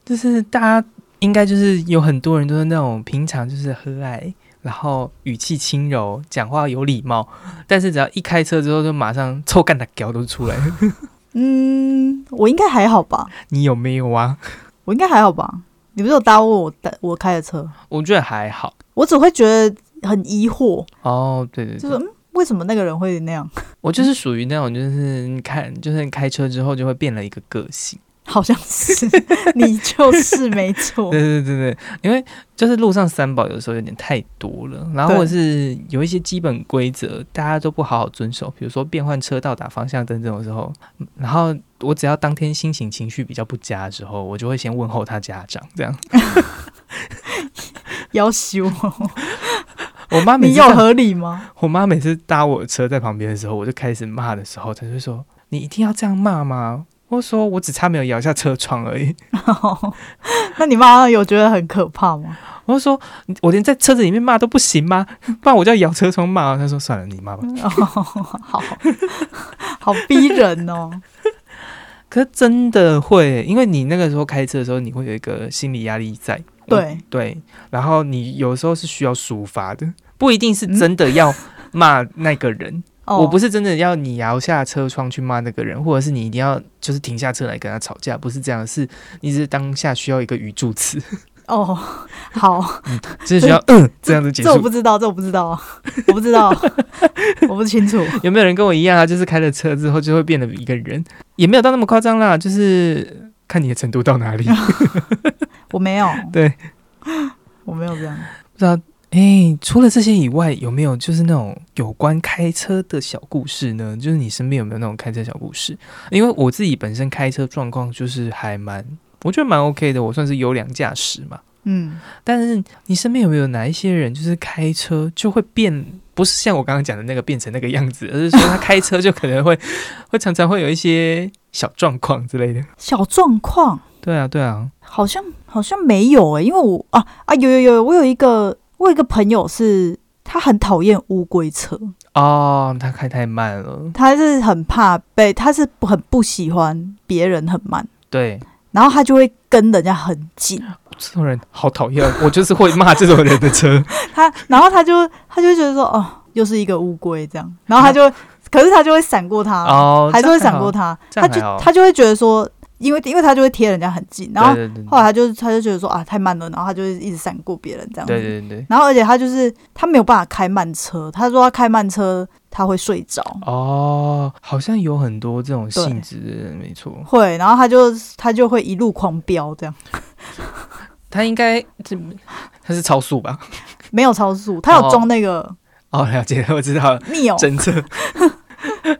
就是大家应该就是有很多人都是那种平常就是和蔼，然后语气轻柔，讲话有礼貌，但是只要一开车之后，就马上臭干的屌都出来。嗯，我应该还好吧， 你有没有啊？ 我应该还好吧。你不是有搭过我的我开的车，我觉得还好。我只会觉得很疑惑，哦，对对对，就是、嗯、为什么那个人会那样， 我就是属于那种，就是你看，就是开车之后就会变了一个个性。好像是 你就是没错 对，对对对，因为就是路上三宝有时候有点太多了，然后对或者是有一些基本规则大家都不好好遵守，比如说变换车道、打方向灯这种时候，嗯然后我只要当天心情情绪比较不佳的时候，我就会先问候他家长， 这样。要修，我妈每你次有看合理吗？ 我妈每次搭我的车在旁边的时候，我就开始骂的时候，她就说：“你一定要这样骂吗？”我说：“我只差没有摇下车窗而已。”那你妈有觉得很可怕吗？ 我就说，你我连在车子里面骂都不行吗？ 不然我就要摇车窗骂啊。他说算了，你骂吧。哦，好好逼 人哦，可是真的会，因为你那个时候开车的时候，你会有一个心理压力在。对对，然后你有时候是需要抒发 的，不一定是真的要骂那个人。嗯哦，我不是真的要你摇下车窗去骂那个人，或者是你一定要就是停下车来跟他吵架，不是这样，是你只是当下需要一个语助词， 哦，好，只是需要嗯这样子结这我束。不知道，这我不知道，我不知道， 我不清楚。有没有人跟我一样啊？就是开了车之后就会变得一个人，也没有到那么夸张啦，就是看你的程度到哪里。 我没有，对， 我没有这样。不知道哎、除了这些以外，有没有就是那种有关开车的小故事呢？就是你身边有没有那种开车小故事？因为我自己本身开车状况就是还蛮，我觉得蛮 OK 的，我算是优良驾驶嘛。嗯，但是你身边有没有哪一些人，就是开车就会变，不是像我刚刚讲的那个变成那个样子，而是说他开车就可能会会常常会有一些小状况之类的。小状况对啊，对啊，好像好像没有诶、因为我啊啊有有有，我有一个我有一个朋友是他很讨厌乌龟车，哦，他开太慢了。他是很怕被，他是不很不喜欢别人很慢，对，然后他就会跟人家很近，这种人好讨厌，哦我就是会骂这种人的车。他然后他就他就会觉得说哦，又是一个乌龟这样，然后他就、可是他就会闪过他，哦，还是会这样闪过他，这他样就还好他就会觉得说，因为因为他就会贴人家很近，然好。后对对对后来他就他就觉得说啊太慢了，然后他就一直闪过别人这样子，对对对对，然后而且他就是他没有办法开慢车，他说他开慢车他会睡着。哦，好像有很多这种对性质的人，没错。会，然后他就他就会一路狂飙，这样他应该这他是超速吧？没有超速，他有哦装那个哦，了解，我知道了。密友侦测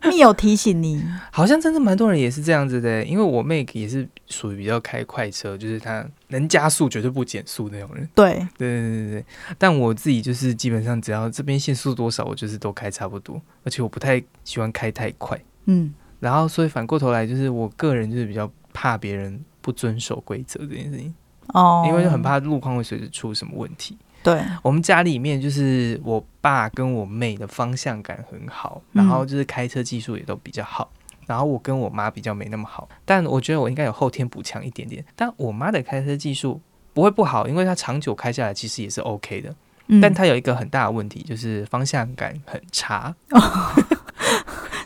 密友提醒你，好像真的蛮多人也是这样子的，欸因为我妹也是属于比较开快车，就是她能加速绝对不减速那种人。对，对对对对对，但我自己就是基本上只要这边限速多少，我就是都开差不多，而且我不太喜欢开太快。嗯，然后所以反过头来，就是我个人就是比较怕别人不遵守规则这件事情，哦，因为就很怕路况会随时出什么问题。对，我们家里面就是我爸跟我妹的方向感很好，嗯然后就是开车技术也都比较好。然后我跟我妈比较没那么好，但我觉得我应该有后天补强一点点。但我妈的开车技术不会不好，因为她长久开下来其实也是 OK 的。嗯但她有一个很大的问题，就是方向感很差。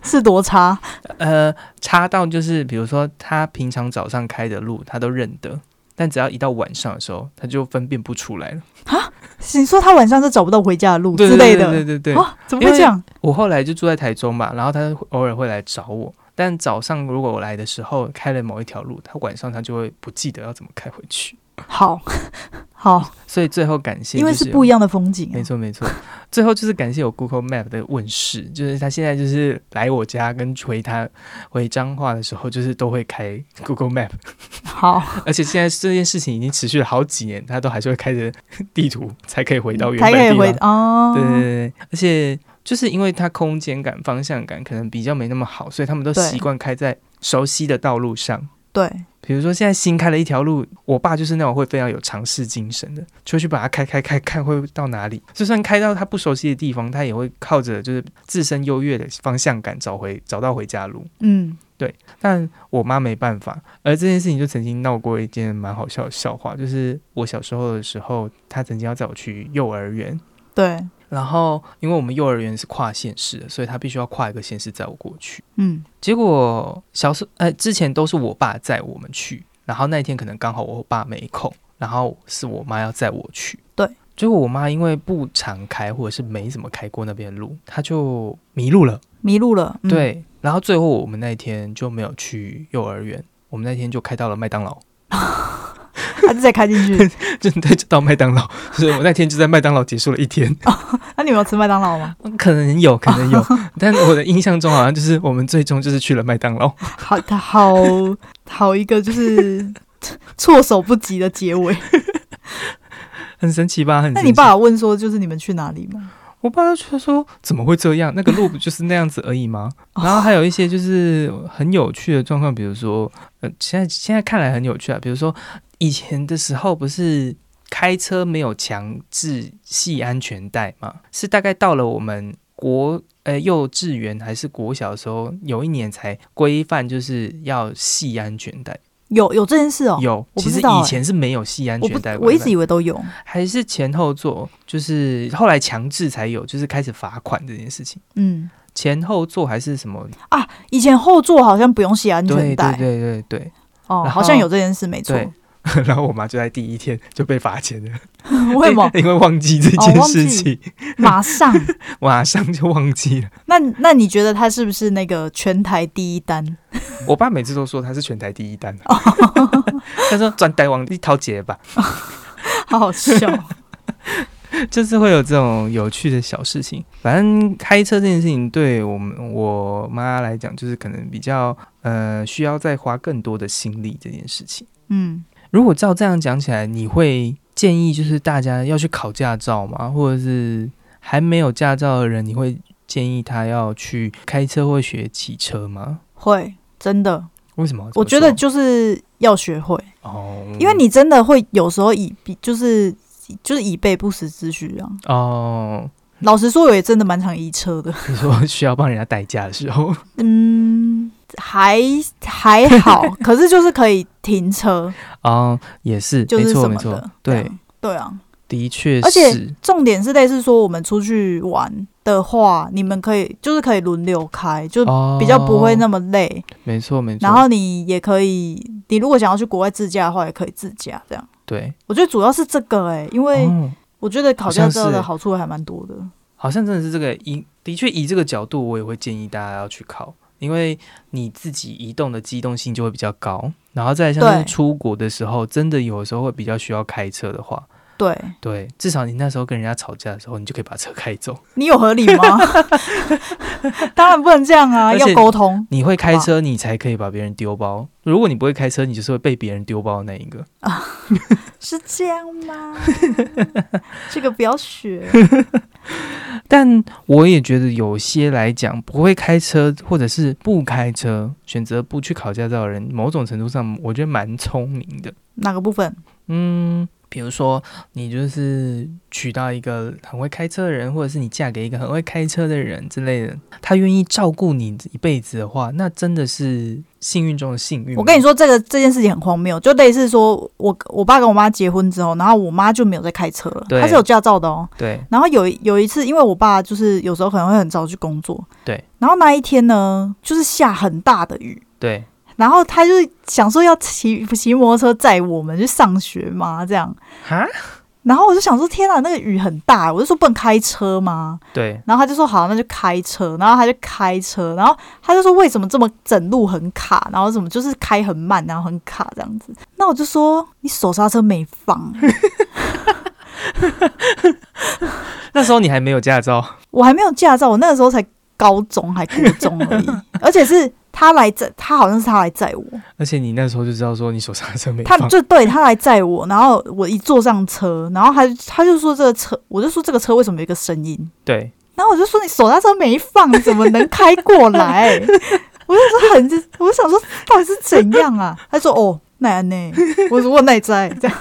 是多差，呃，差到就是，比如说他平常早上开的路，他都认得，但只要一到晚上的时候，他就分辨不出来了你说他晚上都找不到回家的路对之类的对对对对对啊？怎么会这样？我后来就住在台中嘛，然后他偶尔会来找我，但早上如果我来的时候开了某一条路，他晚上他就会不记得要怎么开回去，好 好，所以最后感谢、就因为是是不一样的风景啊，没错没错，最后就是感谢有 Google Map 的问世，就是他现在就是来我家跟回他回彰化的时候，就是都会开 Google Map， 好，而且现在这件事情已经持续了好几年，他都还是会开着地图才可以回到原才本可的以地回方。哦，对对对，对而且就是因为它空间感、方向感可能比较没那么好，所以他们都对习惯开在熟悉的道路上。对比如说现在新开了一条路，我爸就是那种会非常有尝试精神的，就会去把它开开开，看会到哪里。就算开到他不熟悉的地方，他也会靠着就是自身优越的方向感找回找到回家路。嗯，但我妈没办法。而这件事情就曾经闹过一件蛮好笑的笑话，就是我小时候的时候，她曾经要载我去幼儿园，对，然后因为我们幼儿园是跨县市的，所以她必须要跨一个县市载我过去。嗯结果小时呃之前都是我爸载我们去，然后那一天可能刚好我爸没空，然后是我妈要载我去。对，结果我妈因为不常开或者是没怎么开过那边的路，她就迷路了。迷路了，嗯， 对，然后最后我们那一天就没有去幼儿园，我们那天就开到了麦当劳， 他啊就再开进去，就对，就到麦当劳，所以我那天就在麦当劳结束了一天。那你们有吃麦当劳吗？可能 有，可能有，但我的印象中好像就是我们最终就是去了麦当劳。 好，他 好好一个就是措手不及的结 尾。很神奇吧？很神那奇你爸？有问说，就是你们去哪里吗？我爸就说怎么会这样？那个路不就是那样子而已吗？哦然后还有一些就是很有趣的状况，比如说，呃，现在现在看来很有趣啊，比如说以前的时候不是开车没有强制系安全带嘛，是大概到了我们国呃幼稚园还是国小的时候，有一年才规范就是要系安全带。有有这件事哦，有，我不其实知道以欸前是没有系安我全带不规范，我一直以为都有，还是前后座，就是后来强制才有，就是开始罚款这件事情。嗯。前后座还是什么？以前后座好像不用系安全对对带，对对对 哦，然好后像有这件事，没错。对。然后我妈就在第一天就被罚钱了， 为什么？因为忘记这哦件忘事记情， 马上？马上就忘记了。那那你觉得他是不是那个全台第一单？ 我爸每次都说他是全台第一啊单，他说转台王你掏姐吧。好好笑。就是会有这种有趣的小事情。反正开车这件事情，对我们我妈来讲，就是可能比较呃需要再花更多的心力这件事情。嗯，如果照这样讲起来，你会建议就是大家要去考驾照吗？或者是还没有驾照的人，你会建议他要去开车或学骑车吗？会真的，为什么？我觉怎得么说就是要学会，哦，因为你真的会有时候以比就是就是以备不时之需啊。哦，老实说，我也真的蛮常移 车的。你说需要帮人家代驾的时候，嗯，还还 好，可是就是可以停车，哦，也是，就没是错什没么错的，。这对，样对啊，的确而且是，重点是类似说我们出去玩的话，你们可以就是可以轮流开，就哦，比较不会那么累。没错没错。然后你也可以，你如果想要去国外自驾的话，也可以自驾这样。对，我觉得主要是这个哎、因为哦，我觉得考好驾像是照欸的好处还蛮多的。好像真的是这个以的确以这个角度，我也会建议大家要去考，因为你自己移动的机动性就会比较高。然后再像是对出国的时候，真的有的时候会比较需要开车的话，对对，至少你那时候跟人家吵架的时候，你就可以把车开走。你有合理 吗？当然不能这样啊，而要且沟通。你会开车，你才可以把别人丢包。如果你不会开车，你就是会被别人丢包的那一个。是这样 吗？这个不要学。但我也觉得有些来讲不会开车，或者是不开车，选择不去考驾照的人，某种程度上我觉得蛮聪明的。哪个部分？嗯，比如说你就是娶到一个很会开车的人，或者是你嫁给一个很会开车的人之类的，他愿意照顾你一辈子的话，那真的是幸运中的幸运。我跟你，说，这个这件事情很荒谬，就类似说我我爸跟我妈结婚之后，然后我妈就没有再开车了，对她是有驾照的哦。对然后有一有一次，因为我爸就是有时候可能会很早去工作，对。然后那一天呢，就是下很大的雨，对，然后他就是想说要骑骑摩托车载我们去上学嘛，这样。哈，然后我就想说，天啊，那个雨很大，我就说不能开车吗？对，然后他就说好，那就开车。然后他就开车，然后他就说为什么这么整路很卡，然后怎么就是开很慢，然后很卡这样子。那我就说你手刹车没放， 那时候你还没有驾照，我还没有驾照，我那个时候才高中还国中而已，而且是他来载，他好像是他来载我，而且你那时候就知道说你手刹车没他放，就对他来载我，然后我一坐上车，然后他就他就说这个车，我就说这个车为什么有一个声音，对，然后我就说你手刹车没放，你怎么能开过来？ 我就说很，我就想说到底是怎样啊？他说哦，那样呢？我说我哪在这样，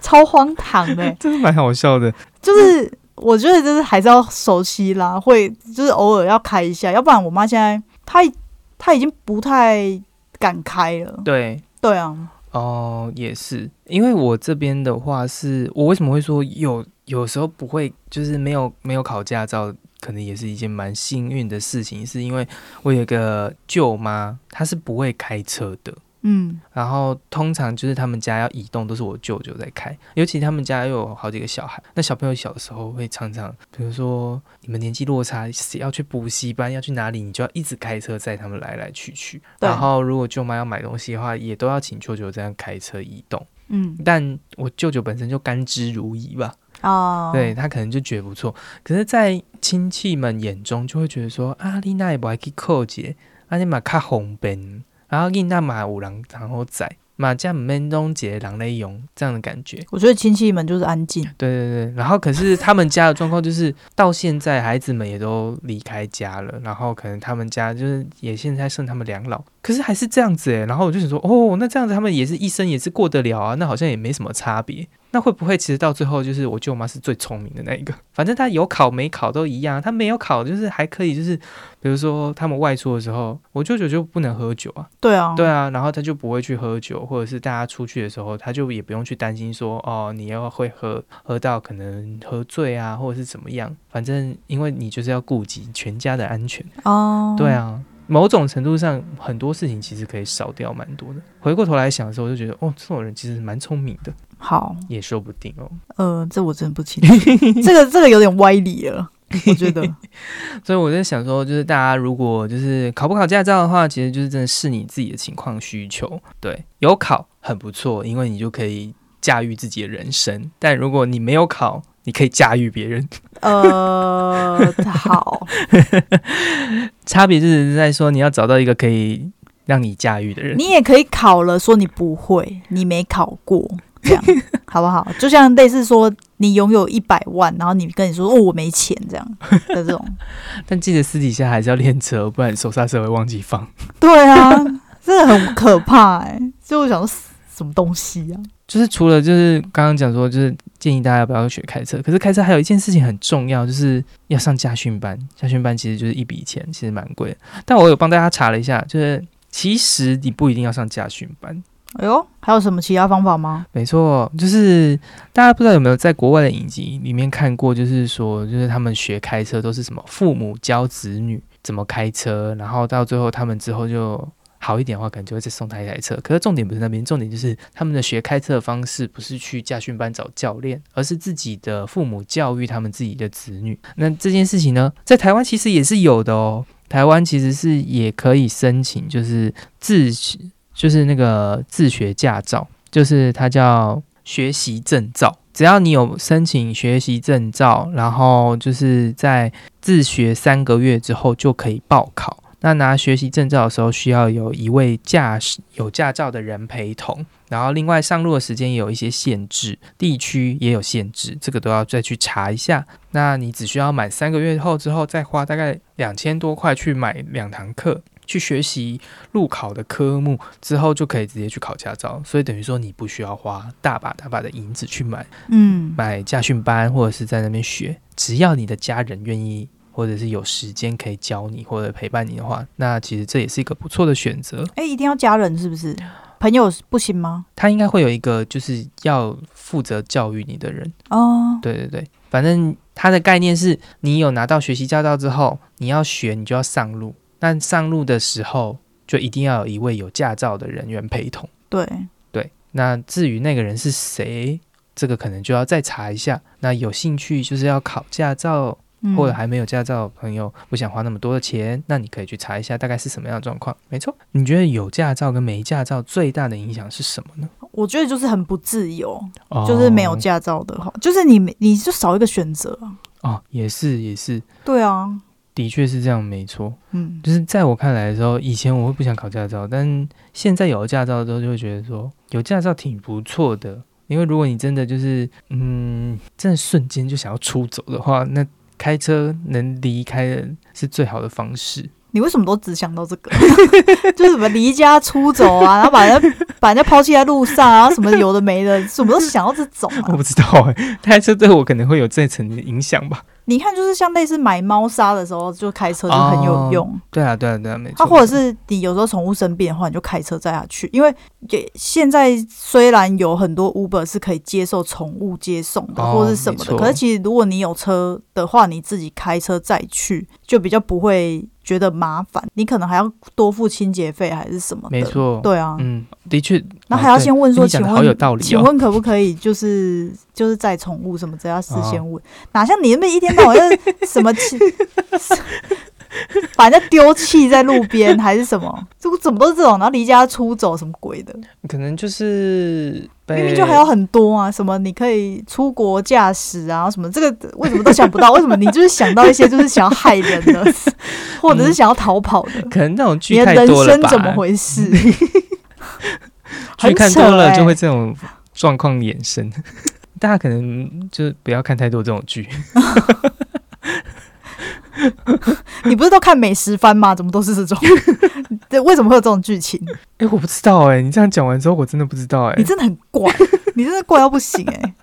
超荒唐的、这是蛮好笑的。就是我觉得就是还是要熟悉啦，会就是偶尔要开一下，要不然我妈现在她她已经不太敢开了。对，对啊，哦，也是，因为我这边的话是，我为什么会说有有时候不会，就是没有没有考驾照，可能也是一件蛮幸运的事情，是因为我有一个舅妈，她是不会开车的。嗯，然后通常就是他们家要移动，都是我舅舅在开。尤其他们家又有好几个小孩，那小朋友小的时候会常常，比如说你们年纪落差，谁要去补习班，要去哪里，你就要一直开车载他们来来去去。对然后如果舅妈要买东西的话，也都要请舅舅这样开车移动。嗯但我舅舅本身就甘之如饴吧，啊，对他可能就觉得不错。可是，在亲戚们眼中，就会觉得说啊，你那也不爱去扣姐，啊你嘛较方便，然后你那嘛有人然后在嘛这样唔免拢一个人来用这样的感觉。我觉得亲戚们就是安静，对对对，然后可是他们家的状况就是到现在孩子们也都离开家了，然后可能他们家就是也现在剩他们两老，可是还是这样子诶。然后我就想说，哦，那这样子他们也是一生也是过得了啊，那好像也没什么差别。那会不会其实到最后就是我舅妈是最聪明的那一个？ 反正她有考没考都一样，她没有考就是还可以，就是比如说他们外出的时候，我舅舅就不能喝酒啊，对啊，对啊，然后他就不会去喝酒，或者是大家出去的时候，他就也不用去担心说哦，你要会喝喝到可能喝醉啊，或者是怎么样。反正因为你就是要顾及全家的安全。哦，对，啊，某种程度上很多事情其实可以少掉蛮多的。回过头来想的时候，我就觉得哦，这种人其实蛮聪明的，好，也说不定哦。呃，这我真的不 清楚，这个这个有点歪理了，我觉得，所以我在想说，就是大家如果就是呃考不考驾照的话，其实就是真的视你自己的情况需求。对，有考很不错，因为你就可以驾驭自己的人生。但如果你没有考，你可以驾驭别人。 呃，好，差别就是在说你要找到一个可以让你驾驭的人。你也可以考了，说你不会，你没考过，这 样好不好？就像类似说你拥有一百万，然后你跟你说哦我没钱这样的 这种， 但记得私底下还是要练车，不然手刹车会忘记放。对啊，真的很可怕哎、所以我想说什么东西啊？就是除了就是刚刚讲说，就是建议大家不要学开车，可是开车还有一件事情很重要，就是要上驾训班。驾训班其实就是一笔钱，其实蛮贵的。但我有帮大家查了一下，就是其实你不一定要上驾训班。哎呦，还有什么其他方法吗？没错，就是大家不知道有没有在国外的影集里面看过，就是说，就是他们学开车都是什么父母教子女怎么开车，然后到最后他们之后就好一点的话，可能就会再送他一台车。可是重点不是那边，重点就是他们的学开车的方式不是去驾训班找教练，而是自己的父母教育他们自己的子女。那这件事情呢，在台湾其实也是有的哦。台湾其实是也可以申请，就是自就是那个自学驾照，就是它叫学习证照。只要你有申请学习证照，然后就是在自学三个月之后就可以报考。那拿学习证照的时候，需要有一位驾驶有驾照的人陪同，然后另外上路的时间也有一些限制，地区也有限制，这个都要再去查一下。那你只需要满三个月后之后，再花大概两千多块去买两堂课，去学习路考的科目，之后就可以直接去考驾照。所以等于说，你不需要花大把大把的银子去买嗯，买驾训班，或者是在那边学，只要你的家人愿意，或者是有时间可以教你或者陪伴你的话，那其实这也是一个不错的选择。哎、一定要家人是不是？朋友不行吗？他应该会有一个就是要负责教育你的人。哦，对对对，反正它的概念是你有拿到学习驾照之后，你要学，你就要上路。那上路的时候，就一定要有一位有驾照的人员陪同。对，对，那至于那个人是谁，这个可能就要再查一下。那有兴趣就是要考驾照嗯或者还没有驾照的朋友不想花那么多的钱，那你可以去查一下大概是什么样的状况。没错，你觉得有驾照跟没驾照最大的影响是什么呢？我觉得就是很不自由，哦就是没有驾照的话，就是你没你就少一个选择啊。哦哦，也是也是，对啊，的确是这样，没错。嗯，就是在我看来的时候，以前我会不想考驾照，但现在有了驾照之后，就会觉得说有驾照挺不错的。因为如果你真的就是嗯，真的瞬间就想要出走的话，那开车能离开是最好的方式。你为什么都只想到这个？ 就是什么离家出走啊，然后把人家把人家抛弃在路上啊，什么有的没的，什么都想到这种 我啊。不知道哎、开车对我可能会有这层的影响吧。你看，就是像类似买猫砂的时候，就开车就很有用。对啊，对啊，对啊，没它、错。或者是你有时候宠物生病的话，你就开车载它去，因为也现在虽然有很多 Uber 是可以接受宠物接送的、哦或者是什么的，没错可是其实如果你有车的话，你自己开车再去就比较不会觉得麻烦，你可能还要多付清洁费还是什么的。没，错，对啊。嗯，的确。然后还要哦对先问说，你讲请的问好有道理请哦。问可不可以就是就是载宠物什么的要事哦先问？哪像你那边一天到晚在什 么气，把人家丢弃在路边还是什么？这个怎么都是这种，然后离家出走什么鬼的？可能就是明被明就还有很多啊，什么你可以出国驾驶啊，什么这个为什么都想不到？为什么你就是想到一些就是想要害人的， 或者是想要逃跑的？可能那种嗯剧你的太人多了生吧？怎么回事？剧很看扯多了欸就会这种状况衍生。 大家可能就是不要看太多这种剧，你不是都看美食番吗？怎么都 是这种？对，为什么会有这种剧情？ 哎、我不知道哎、你这样讲完之后，我真的不知道哎、你真的很 怪，你真的怪到不行哎、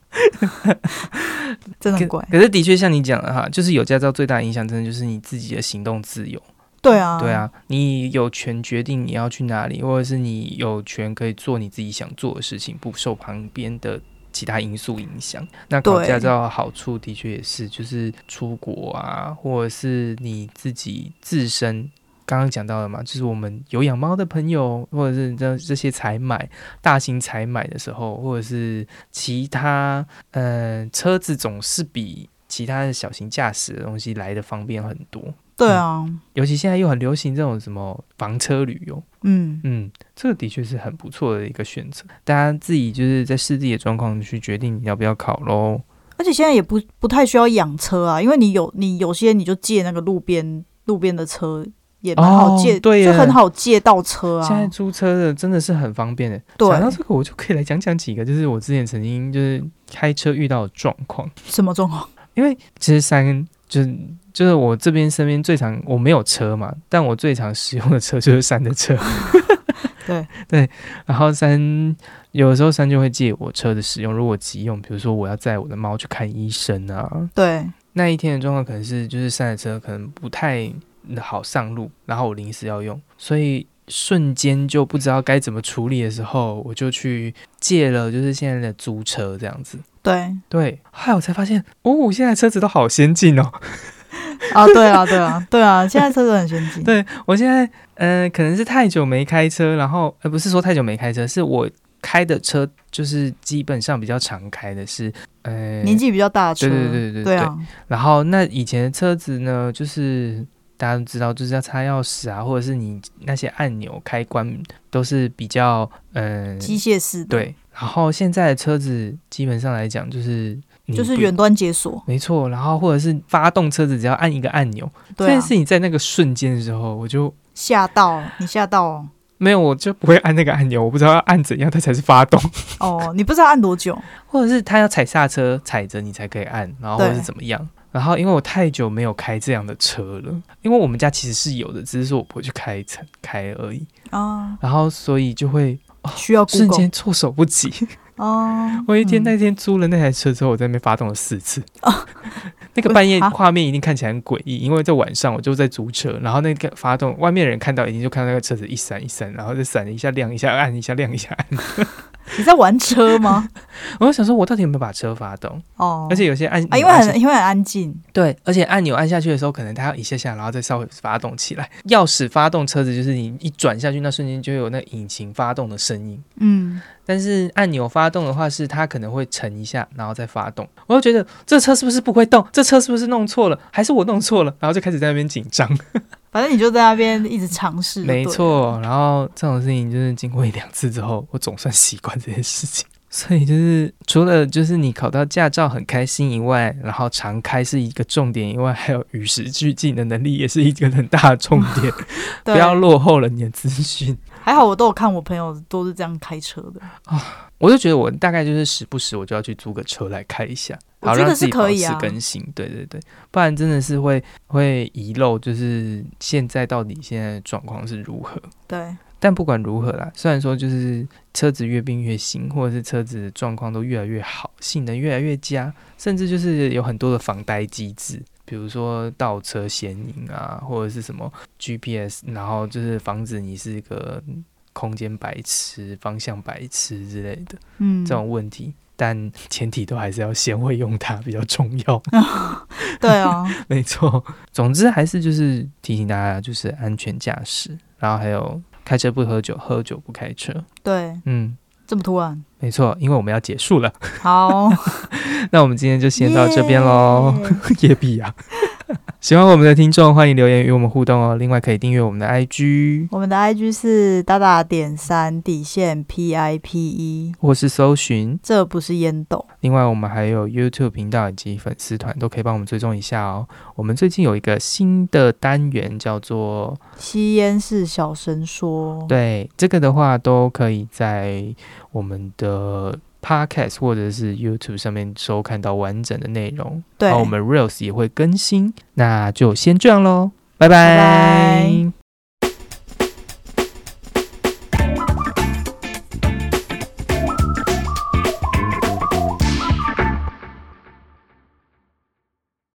真的很可怪。可是的确像你讲的哈，就是有驾照最大的影响，真的就是你自己的行动自由。对啊，对，啊，你有权决定你要去哪里，或者是你有权可以做你自己想做的事情，不受旁边的其他因素影响。那考对驾照的好处的确也是，就是出国啊，或者是你自己自身。刚刚讲到了嘛，就是我们有养猫的朋友，或者是这这些采买、大型采买的时候，或者是其他呃车子总是比其他的小型驾驶的东西来的方便很多。对啊，尤其现在又很流行这种什么房车旅游，嗯，嗯，这个的确是很不错的一个选择。大家自己就是在视自己的状况去决定你要不要考喽。而且现在也不不太需要养车啊，因为你有你有些你就借那个路边路边的车也蛮好借，哦对耶就很好借到车现在啊。租车的真的是很方便的。对讲到这个，我就可以来讲讲几个，就是我之前曾经就是开车遇到的状况。什么 状况？因为其实三就是就是我这边身边最常我没有车嘛，但我最常使用的车就是三的车。对 对，然后三有的时候三就会借我车的使用，如果急用，比如说我要载我的猫去看医生啊，对，那一天的状况可能是就是三的车可能不太好上路，然后我临时要用，所以。瞬间就不知道该怎么处理的时候，我就去借了，就是现在的租车这样子。对，对，后来我才发现，哦，现在车子都好先进哦。啊，对啊，对啊，对啊，现在车子很先进。对我现在，呃，可能是太久没开车，然后，呃，不是说太久没开车，是我开的车就是基本上比较常开的是，呃，年纪比较大的车，对对对对对啊，然后那以前的车子呢，就是大家都知道，就是要插钥匙啊，或者是你那些按钮开关都是比较，嗯、机械式的，，对。然后现在的车子基本上来讲，就是你就是不远端解锁，没错，然后或者是发动车子只要按一个按钮，对但啊，是你在那个瞬间的时候，我就吓到你吓到哦没有，我就不会按那个按钮，我不知道要按怎样它才是发动，哦，你不知道按多久， 或者是它要踩刹车踩着你才可以按，然后或对者是怎么 样。然后因为我太久没有开这样的车了，因为我们家其实是有的，只是说我不会去开才开而已。啊，然后所以就会需要瞬 Google 间措手不 及。哦。我一天嗯那天租了那台车之后，我在那边发动了四次。哦 那个半夜啊画面一定看起来很诡异，因为在晚上我就在租车，然后那个发动，外面人看到已经就看到那个车子一闪一闪，然后就闪一下亮一下暗一下亮一下暗。你在玩车 吗？我就想说，我到底有没有把车发动？哦，而且有些按钮啊，因为按下很因为很安静，对，而且按钮按下去的时候，可能它要一下下，然后再稍微发动起来。钥匙发动车子，就是你一转下去那瞬间就有那引擎发动的声音。嗯，但是按钮发动的话，是它可能会沉一下，然后再发动。我就觉得这车是不是不会动？这车是不是弄错了？还是我弄错了？然后就开始在那边紧张。反正你就在那边一直尝试，没嗯对，啊错，然后这种事情就是经过一两次之后，我总算习惯这件事情。 所以就是除了就是你考到驾照很开心以外，然后常开是一个重点以外，还有与时俱进的能力也是一个很大的 重点，不对，要落后了你的资讯。 还好我都有看我朋友都是这样开车的，我就觉得我大概就是时不时我就要去租个车来开一下，我好觉得让自己是保可以持啊更新。对对对，不然真的是会会遗漏，就是现在到底现在的状况是如何。对，但不管如何啦，虽然说就是车子越变越新，或者是车子的状况都越来越好，性能越来越佳，甚至就是有很多的防呆机制，比如说倒车显影啊，或者是什么 GPS，然后就是防止你是一个空间白痴、方向白痴之类的嗯，这种问题。但前提都还是要先会用它比较重要， 对啊，没错。总之还是就是提醒大家，就是安全驾驶，然后还有开车不喝酒，喝酒不开车。对，嗯，这么突然，没错，因为我们要结束了， 好，那我们今天就先到这边喽。耶，夜必啊！喜欢我们的听众，欢迎留言与我们互动哦。另外，可以订阅我们的 IG，我们的 IG 是大大点三底线 P I P E，或是搜寻。这不是烟斗，另外，我们还有 YouTube 频道以及粉丝团，都可以帮我们追踪一下哦。我们最近有一个新的单元，叫做吸烟是小声说，对这个的话，都可以在我们的 Podcast 或者是 YouTube 上面收看到完整的内容。对，然后我们 Reels 也会更新，那就先这样喽，拜拜。拜拜